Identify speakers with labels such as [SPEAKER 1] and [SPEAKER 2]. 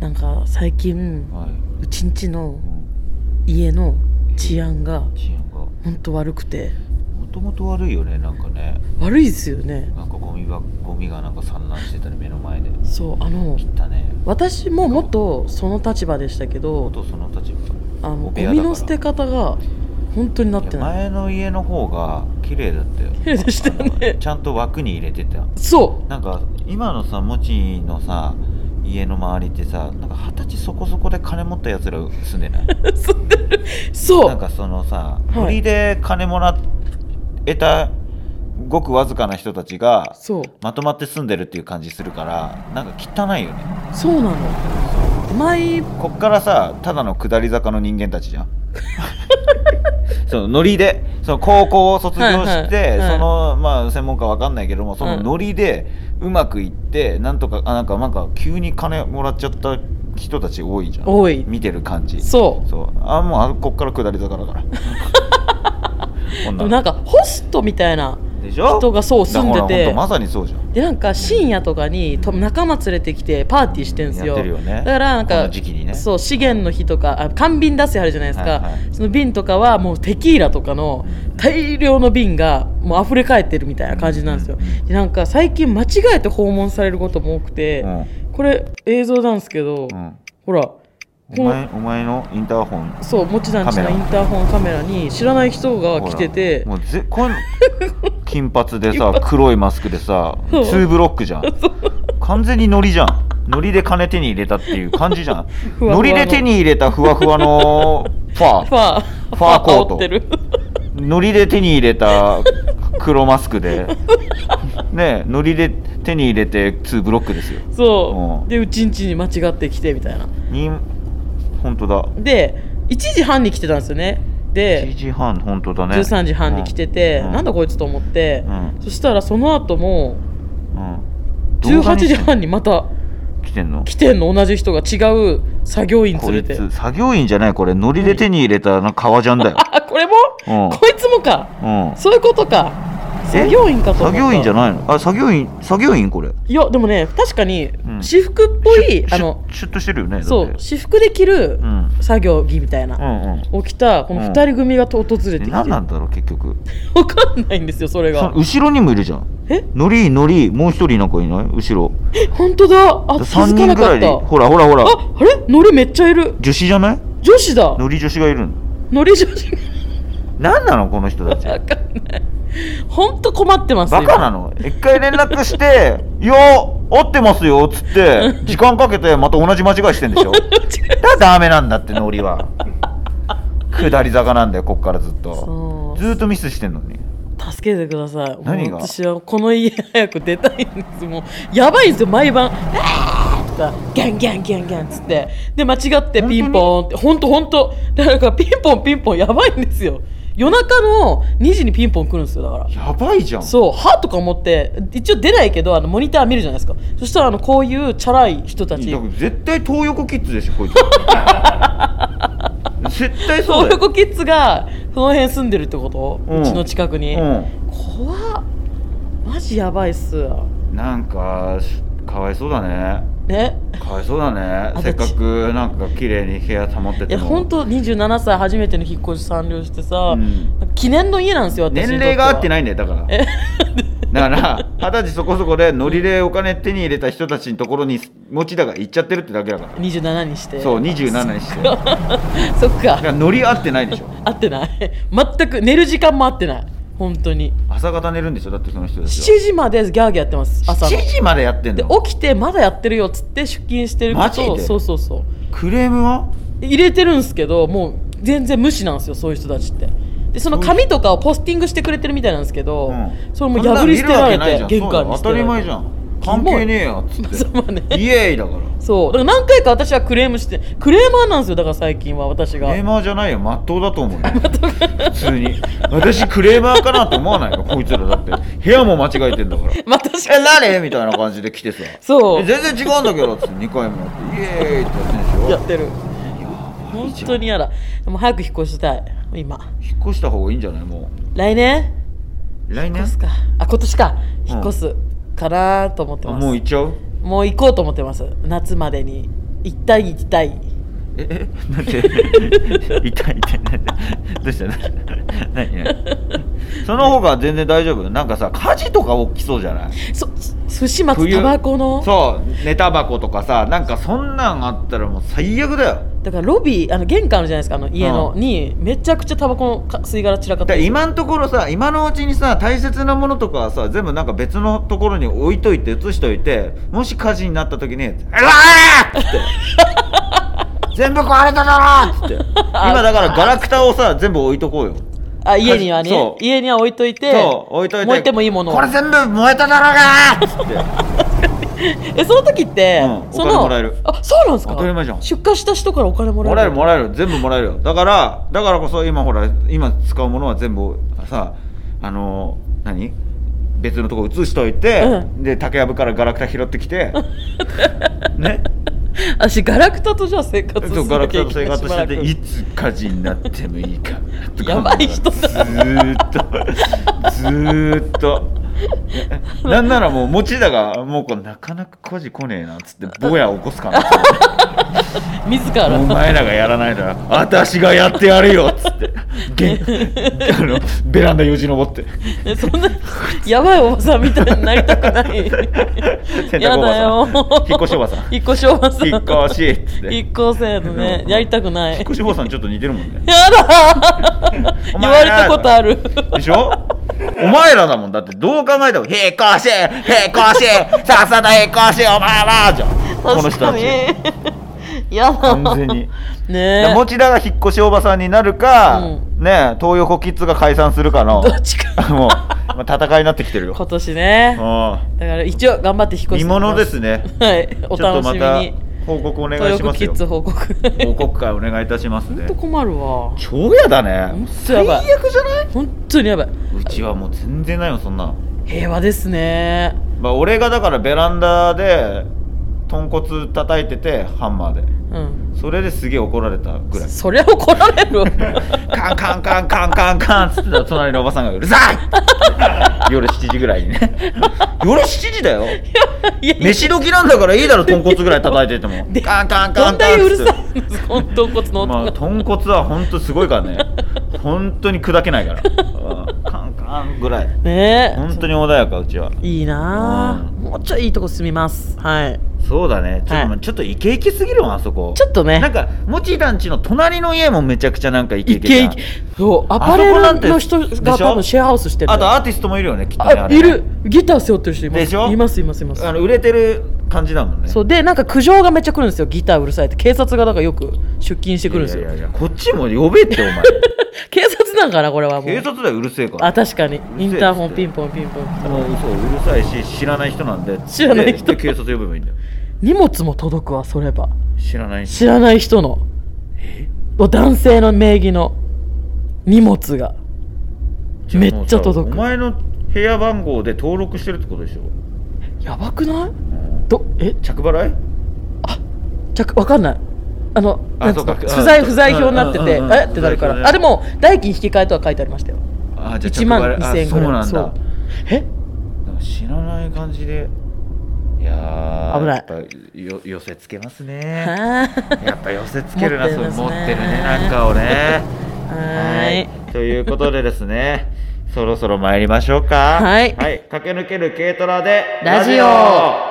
[SPEAKER 1] なんか最近
[SPEAKER 2] はいう
[SPEAKER 1] ちんちの
[SPEAKER 2] うん
[SPEAKER 1] 家の治安が
[SPEAKER 2] 治安が
[SPEAKER 1] ほんと悪くて
[SPEAKER 2] もともと悪いよねなんかね
[SPEAKER 1] 悪いですよね
[SPEAKER 2] なんかゴミばゴミがなんか散乱してたり目の前で
[SPEAKER 1] そうあの
[SPEAKER 2] だね
[SPEAKER 1] 私も元その立場でしたけど
[SPEAKER 2] 元その立場
[SPEAKER 1] あ
[SPEAKER 2] お
[SPEAKER 1] のゴ
[SPEAKER 2] 部屋だから
[SPEAKER 1] ミの捨て方が本当になって
[SPEAKER 2] いや
[SPEAKER 1] ない
[SPEAKER 2] 前の家の方が綺麗だったよ
[SPEAKER 1] 綺麗でしたよね
[SPEAKER 2] あのちゃんと枠に入れてた
[SPEAKER 1] そ
[SPEAKER 2] なんか今のさもちのさ家の周りってさなんか二十歳そこそこで金持ったやつら住んでない
[SPEAKER 1] うそ
[SPEAKER 2] なん
[SPEAKER 1] う
[SPEAKER 2] かそのさ
[SPEAKER 1] い
[SPEAKER 2] 売りで金もらえたごくわずかな人たちが
[SPEAKER 1] そう
[SPEAKER 2] まとまって住んでるっていう感じするからなんか汚いよね
[SPEAKER 1] そうなの前
[SPEAKER 2] こっからさただの下り坂の人間たちじゃ んそのノリでその高校を卒業して、
[SPEAKER 1] はいはいはい
[SPEAKER 2] そのまあ専門家わかんないけどもその
[SPEAKER 1] うん
[SPEAKER 2] ノリでうまくいってなんとかあなんかなんか急に金もらっちゃった人たち多いじゃん
[SPEAKER 1] 多い
[SPEAKER 2] 見てる感じ
[SPEAKER 1] そ
[SPEAKER 2] そうあもうあこっから下り坂だからこ
[SPEAKER 1] う
[SPEAKER 2] な
[SPEAKER 1] んでも
[SPEAKER 2] の
[SPEAKER 1] なんかホストみたいな
[SPEAKER 2] でしょ
[SPEAKER 1] 人がそう住んで
[SPEAKER 2] だから
[SPEAKER 1] て
[SPEAKER 2] ほとまさにそうじゃん
[SPEAKER 1] でなんか深夜とかにと仲間連れてきてパーティーしてんす
[SPEAKER 2] や
[SPEAKER 1] よ
[SPEAKER 2] ってるよね
[SPEAKER 1] だからなん
[SPEAKER 2] こ
[SPEAKER 1] か
[SPEAKER 2] の時期にね
[SPEAKER 1] そう資源の日とかあ缶瓶出す日あるじゃないですか、
[SPEAKER 2] はいはい
[SPEAKER 1] その瓶とかはもうテキーラとかの大量の瓶がもう溢れ返ってるみたいな感じなんですよ、
[SPEAKER 2] うんうんうん
[SPEAKER 1] でなんか最近間違えて訪問されることも多くて、
[SPEAKER 2] うん
[SPEAKER 1] これ映像なんですけど、
[SPEAKER 2] うん
[SPEAKER 1] ほらこ
[SPEAKER 2] お
[SPEAKER 1] の
[SPEAKER 2] 前お前のインターホン
[SPEAKER 1] そう持ち団地の
[SPEAKER 2] カ
[SPEAKER 1] イ
[SPEAKER 2] メ
[SPEAKER 1] ン
[SPEAKER 2] ラ
[SPEAKER 1] ターホンカメラに知らない人が来てて
[SPEAKER 2] ほらもうぜこういうの 金髪でさ黒いマスクでさ
[SPEAKER 1] そう
[SPEAKER 2] ツーブロックじゃん完全にノリじゃんノリで金手に入れたっていう感じじゃん
[SPEAKER 1] ふわふわの
[SPEAKER 2] ノリで手に入れたふわふわのファ
[SPEAKER 1] フ
[SPEAKER 2] ー
[SPEAKER 1] ァー
[SPEAKER 2] ファーコート
[SPEAKER 1] 煽 ってる
[SPEAKER 2] ノリで手に入れた黒マスクでねノリで手に入れてツーブロックですよ
[SPEAKER 1] そう、
[SPEAKER 2] うん
[SPEAKER 1] でうちんちに間違ってきてみたいな
[SPEAKER 2] に本当だ
[SPEAKER 1] で1時半に来てたんですよね
[SPEAKER 2] 1
[SPEAKER 1] で
[SPEAKER 2] 時半本当だね
[SPEAKER 1] 13時半に来てて、
[SPEAKER 2] うん
[SPEAKER 1] なんだこいつと思って
[SPEAKER 2] う、ん
[SPEAKER 1] そしたらその後も
[SPEAKER 2] うん
[SPEAKER 1] 18時半にまた
[SPEAKER 2] 来てん の
[SPEAKER 1] 来てんの同じ人が違う作業員
[SPEAKER 2] こ
[SPEAKER 1] 連れ
[SPEAKER 2] い
[SPEAKER 1] て
[SPEAKER 2] つ作業員じゃないこれノリで手に入れたなんか革ジャンだよ
[SPEAKER 1] あこれも、
[SPEAKER 2] うん
[SPEAKER 1] こいつもか
[SPEAKER 2] うん
[SPEAKER 1] そういうことか
[SPEAKER 2] え
[SPEAKER 1] 作業員かと思った
[SPEAKER 2] 作業員じゃないのあ作業員作業員これ
[SPEAKER 1] いやでもね確かに
[SPEAKER 2] ん
[SPEAKER 1] 私服っぽい、
[SPEAKER 2] シュ
[SPEAKER 1] あの
[SPEAKER 2] シュッとしてるよねだって
[SPEAKER 1] そう私服で着る
[SPEAKER 2] うん
[SPEAKER 1] 作業着みたいな、
[SPEAKER 2] うんうん
[SPEAKER 1] 起きたこの2人組がと訪れて
[SPEAKER 2] え
[SPEAKER 1] きて、
[SPEAKER 2] 何なんだろう結局
[SPEAKER 1] わかんないんですよそれ
[SPEAKER 2] そ
[SPEAKER 1] が
[SPEAKER 2] の後ろにもいるじゃん
[SPEAKER 1] え
[SPEAKER 2] ノリノリもう一人なんかいない後ろ
[SPEAKER 1] 本当だあ
[SPEAKER 2] 3
[SPEAKER 1] 気づか
[SPEAKER 2] 人
[SPEAKER 1] な
[SPEAKER 2] ぐら
[SPEAKER 1] かっ
[SPEAKER 2] いで
[SPEAKER 1] た
[SPEAKER 2] ほらほらほら
[SPEAKER 1] ああれノリめっちゃいる
[SPEAKER 2] 女子じゃない
[SPEAKER 1] 女子だ
[SPEAKER 2] ノリ女子がいるの
[SPEAKER 1] ノリ女子
[SPEAKER 2] 何なのこの人たち
[SPEAKER 1] わかんないほんと困ってますよ
[SPEAKER 2] バカなの一回連絡して 「いや合ってますよ」っつって時間かけてまた同じ間違いしてんでし ょだからダメなんだってノリは下り坂なんだよこっからずっと
[SPEAKER 1] そ
[SPEAKER 2] ずーっとミスしてんのに
[SPEAKER 1] う助けてくださいもう
[SPEAKER 2] 何が
[SPEAKER 1] 私はこの家早く出たいんですもうやばいんですよ毎晩「あーとか「ギャンギャンギャンギャン」っつってで間違ってピンポーンってほんとほんとだからピンポンピンポンやばいんですよ夜中の2時にピンポン来るんですよだから
[SPEAKER 2] やばいじゃん
[SPEAKER 1] そうはとか思って一応出ないけどあのモニター見るじゃないですかそしたらあのこういうチャラい人たち
[SPEAKER 2] だから絶対東横キッズでしょこ いつ絶対そ
[SPEAKER 1] そうう
[SPEAKER 2] だ
[SPEAKER 1] いう
[SPEAKER 2] よ
[SPEAKER 1] 子キッズがその辺住んでるってこと、う
[SPEAKER 2] うん
[SPEAKER 1] ちの近くに、
[SPEAKER 2] う
[SPEAKER 1] 怖っマジやばいっす
[SPEAKER 2] んなんかかわいそうだね
[SPEAKER 1] ね
[SPEAKER 2] かわいそうだね
[SPEAKER 1] あ
[SPEAKER 2] せっかくなんか綺麗に部屋保って
[SPEAKER 1] い
[SPEAKER 2] て
[SPEAKER 1] や
[SPEAKER 2] も
[SPEAKER 1] 本当27歳初めての引っ越し完了してさ、
[SPEAKER 2] うん
[SPEAKER 1] 記念の家なんですよ私に
[SPEAKER 2] 年
[SPEAKER 1] とっては
[SPEAKER 2] 齢が合って
[SPEAKER 1] い
[SPEAKER 2] ないんだよだからだから二十歳そこそこでノリでお金手に入れた人たちのところに持ちだから行っちゃってるってだけだから
[SPEAKER 1] 27にして
[SPEAKER 2] そう27にしてだか
[SPEAKER 1] そっから
[SPEAKER 2] ノリ合ってないでしょ
[SPEAKER 1] 合ってない全く寝る時間も合ってない本当に
[SPEAKER 2] 朝方寝るんでしょだってその人たちは
[SPEAKER 1] 7時までギャーギャーやってます朝の
[SPEAKER 2] 7時までやってん
[SPEAKER 1] で
[SPEAKER 2] の
[SPEAKER 1] 起きてまだやってるよっつって出勤してるこ
[SPEAKER 2] マジ
[SPEAKER 1] とを
[SPEAKER 2] で
[SPEAKER 1] そうそうそう
[SPEAKER 2] クレームは
[SPEAKER 1] 入れてるんですけどもう全然無視なんですよそういう人たちってでその紙とかをポスティングしてくれてるみたいなんですけど、
[SPEAKER 2] うん
[SPEAKER 1] それもう破り捨てられて玄
[SPEAKER 2] そんな
[SPEAKER 1] 関
[SPEAKER 2] の見るわけないじゃんそうだよ当
[SPEAKER 1] に捨
[SPEAKER 2] た
[SPEAKER 1] てられ
[SPEAKER 2] り
[SPEAKER 1] て
[SPEAKER 2] 前じゃん関係ねえよっつって
[SPEAKER 1] そうまあね
[SPEAKER 2] イエーイだから
[SPEAKER 1] そうだから何回か私はクレームしてクレーマーなんですよだから最近は私
[SPEAKER 2] ク
[SPEAKER 1] が
[SPEAKER 2] レーマーじゃないよまっとうだと思うよ 普通に私クレーマーかなって思わないよこいつらだって部屋も間違えてんだから
[SPEAKER 1] まあ確か
[SPEAKER 2] え、誰みたいな感じで来てさ。
[SPEAKER 1] そう
[SPEAKER 2] え全然違うんだけどっつって2回もやって、イエーイってやってんでしょ
[SPEAKER 1] にやってる
[SPEAKER 2] ばい
[SPEAKER 1] 本
[SPEAKER 2] じゃん
[SPEAKER 1] 当にやだでも早く引っ越したい今
[SPEAKER 2] 引っ越した方がいいんじゃないも
[SPEAKER 1] 来年
[SPEAKER 2] う。来
[SPEAKER 1] 引っ
[SPEAKER 2] 年
[SPEAKER 1] 越すかあ今年か引っ越すかなと思って
[SPEAKER 2] あ
[SPEAKER 1] ます、
[SPEAKER 2] もう行っちゃう
[SPEAKER 1] もう行こうと思ってます夏までに1対1対
[SPEAKER 2] ええなんて痛い痛いなんてどう したどうした何何その方が全然大丈夫なんかさ火事とか起きそうじゃない
[SPEAKER 1] そ寿司松
[SPEAKER 2] 冬
[SPEAKER 1] タバコの
[SPEAKER 2] そう寝タバコとかさなんかそんなんあったらもう最悪だよ
[SPEAKER 1] だからロビーあの玄関あるじゃないですかあの家の、
[SPEAKER 2] うん
[SPEAKER 1] にめちゃくちゃタバコのか吸い殻散らかっ
[SPEAKER 2] だか
[SPEAKER 1] て
[SPEAKER 2] ら
[SPEAKER 1] る
[SPEAKER 2] 今のところさ今のうちにさ大切なものとかはさ全部なんか別のところに置いといて移しといてもし火事になった時に「うわー!」っつって「全部壊れただろ!」っつって今だからガラクタをさ全部置いとこうよ
[SPEAKER 1] あ家にはね
[SPEAKER 2] そう
[SPEAKER 1] 家には置いといて
[SPEAKER 2] そう置いといて
[SPEAKER 1] 燃えてもいいものを
[SPEAKER 2] これ全部燃えただろうがーっつって
[SPEAKER 1] えその時って、
[SPEAKER 2] うんお
[SPEAKER 1] そ
[SPEAKER 2] 金
[SPEAKER 1] の
[SPEAKER 2] もらえる
[SPEAKER 1] あそうなんですか
[SPEAKER 2] 当たり前じゃん
[SPEAKER 1] 出荷した人からお金もらえ
[SPEAKER 2] も
[SPEAKER 1] る
[SPEAKER 2] らえるもらえる全部もらえるよだからだからこそ今ほら今使うものは全部さあのー何別のとこ移しといて、
[SPEAKER 1] うん
[SPEAKER 2] で竹やぶからガラクタ拾ってき てね
[SPEAKER 1] 私ガラクタとじゃあ生活す
[SPEAKER 2] そう
[SPEAKER 1] る
[SPEAKER 2] ガラクタと生活しててい
[SPEAKER 1] て
[SPEAKER 2] つ火事になってもいいかなとか
[SPEAKER 1] やばい人だ
[SPEAKER 2] ずーっとずーっと なんならもう持田がもうこうなかなか火事来ねえなっつってぼや起こすかな
[SPEAKER 1] 自ら
[SPEAKER 2] お前らがやらないなら私がやってやるよっつってげあのベランダよじ登 って
[SPEAKER 1] えそんなやばいおばさんみたいになりたくない
[SPEAKER 2] 洗濯
[SPEAKER 1] や
[SPEAKER 2] おばさ
[SPEAKER 1] だよ
[SPEAKER 2] ん引っ越しおばさん
[SPEAKER 1] 引っ越しおばさん
[SPEAKER 2] 引っ越しっつって
[SPEAKER 1] 一個生のねやりたくない
[SPEAKER 2] 引っ越しおばさんちょっと似てるもんね
[SPEAKER 1] やだ
[SPEAKER 2] お
[SPEAKER 1] 言
[SPEAKER 2] 前
[SPEAKER 1] われたことある
[SPEAKER 2] でしょお前らだもんだってどう考えても「へこしへこしさっさとへこしお前ら」じゃん この人たち
[SPEAKER 1] 確かにやだ
[SPEAKER 2] 完全に
[SPEAKER 1] ねえ
[SPEAKER 2] 持田が引っ越しおばさんになるか、
[SPEAKER 1] う
[SPEAKER 2] ね東横キッズが解散するかの
[SPEAKER 1] どっちか
[SPEAKER 2] もう、まあ、戦いになってきてるよ
[SPEAKER 1] 今年ね
[SPEAKER 2] うん
[SPEAKER 1] だから一応頑張って引っ越して
[SPEAKER 2] 見ものですね
[SPEAKER 1] はいお楽しみ
[SPEAKER 2] ちょ
[SPEAKER 1] に
[SPEAKER 2] っとまた報告お願い
[SPEAKER 1] 東
[SPEAKER 2] しま
[SPEAKER 1] 横
[SPEAKER 2] す
[SPEAKER 1] キ
[SPEAKER 2] よ
[SPEAKER 1] ッズ報告
[SPEAKER 2] 報告会お願いいたします
[SPEAKER 1] ほん
[SPEAKER 2] ね
[SPEAKER 1] と困るわ
[SPEAKER 2] 超やだね
[SPEAKER 1] 本当やばい
[SPEAKER 2] 最悪じゃない
[SPEAKER 1] 本当にやばいう
[SPEAKER 2] ちはもう全然ないよそんなの
[SPEAKER 1] 平和ですね
[SPEAKER 2] まあ俺がだからベランダで豚骨叩いててハンマーで
[SPEAKER 1] うん
[SPEAKER 2] それですげえ怒られたぐらい
[SPEAKER 1] そりゃ怒られ る
[SPEAKER 2] カンカンカンカンカンカンっつってたら隣のおばさんが「うるさい!」夜7時ぐらいにね夜7時だよ
[SPEAKER 1] いやいや
[SPEAKER 2] 飯時なんだからいいだろ豚骨ぐらい叩いてても
[SPEAKER 1] で
[SPEAKER 2] カンカンカ
[SPEAKER 1] ど
[SPEAKER 2] ンカンっつって
[SPEAKER 1] んだけうるさいんですか豚骨の音
[SPEAKER 2] まあ
[SPEAKER 1] が
[SPEAKER 2] 豚骨は本当すごいから ね本当に砕けないからうんカンカンぐらい
[SPEAKER 1] ねえ
[SPEAKER 2] 本当に穏やかうちはい
[SPEAKER 1] いなあ
[SPEAKER 2] うん
[SPEAKER 1] もうちょいいいとこ住みますはい
[SPEAKER 2] そうだねちょ,、
[SPEAKER 1] はい
[SPEAKER 2] まあちょっとイケイケすぎるわあそこ
[SPEAKER 1] ちょっとね
[SPEAKER 2] なんかもち団地の隣の家もめちゃくちゃなんかイケイ
[SPEAKER 1] い
[SPEAKER 2] ケじゃ
[SPEAKER 1] け
[SPEAKER 2] ん
[SPEAKER 1] いけそうアパレルの人
[SPEAKER 2] あそこなんてで
[SPEAKER 1] が
[SPEAKER 2] しょ
[SPEAKER 1] 多分シェアハウスしてる
[SPEAKER 2] あとアーティストもいるよねきっとね
[SPEAKER 1] あ
[SPEAKER 2] あれね
[SPEAKER 1] いるギター背負ってる人います
[SPEAKER 2] でしょ
[SPEAKER 1] いますいますいます
[SPEAKER 2] あの売れてる感じだもんね
[SPEAKER 1] そうでなんか苦情がめっちゃ来るんですよギターうるさいって警察がだからよく出勤してくるんですよ
[SPEAKER 2] いやいやいやこっちも呼べってお前
[SPEAKER 1] 警察なんかなこれ はもう
[SPEAKER 2] 警察だようるせえから
[SPEAKER 1] あ確かに
[SPEAKER 2] せえ
[SPEAKER 1] イ
[SPEAKER 2] っつって
[SPEAKER 1] ンターホンピンポンピンポン
[SPEAKER 2] もうそううるさいし知らない人なんで
[SPEAKER 1] 知らない人
[SPEAKER 2] でで警察呼べばいいんだよ
[SPEAKER 1] 荷物も届くわそれば
[SPEAKER 2] 知らない人
[SPEAKER 1] 知らない人のお男性の名義の荷物が
[SPEAKER 2] じあ
[SPEAKER 1] めっちゃ届く
[SPEAKER 2] もうさお前の部屋番号で登録してるってことでしょ
[SPEAKER 1] やばくないどえ
[SPEAKER 2] 着払い
[SPEAKER 1] ちゃわかんないあの
[SPEAKER 2] あ
[SPEAKER 1] なんつうの
[SPEAKER 2] そうか
[SPEAKER 1] 不在
[SPEAKER 2] うん
[SPEAKER 1] 不在表になってて
[SPEAKER 2] うんうんうん
[SPEAKER 1] えってなるか
[SPEAKER 2] 不在表
[SPEAKER 1] ら
[SPEAKER 2] ね
[SPEAKER 1] あでも代金引き換えとは書いてありましたよ
[SPEAKER 2] あ
[SPEAKER 1] 1万2000円ぐらい
[SPEAKER 2] そうなん
[SPEAKER 1] そ
[SPEAKER 2] だ
[SPEAKER 1] うえ
[SPEAKER 2] でも知らない感じでいやー
[SPEAKER 1] 危ない
[SPEAKER 2] やっぱよ寄せつけますね
[SPEAKER 1] は
[SPEAKER 2] やっぱ寄せつけるな
[SPEAKER 1] 持って
[SPEAKER 2] そう
[SPEAKER 1] るんですね
[SPEAKER 2] 持ってるねなんかをね
[SPEAKER 1] ーいはーい
[SPEAKER 2] ということでですねそろそろ参りましょうか
[SPEAKER 1] はい
[SPEAKER 2] 駆け抜ける軽トラで
[SPEAKER 1] ラジオ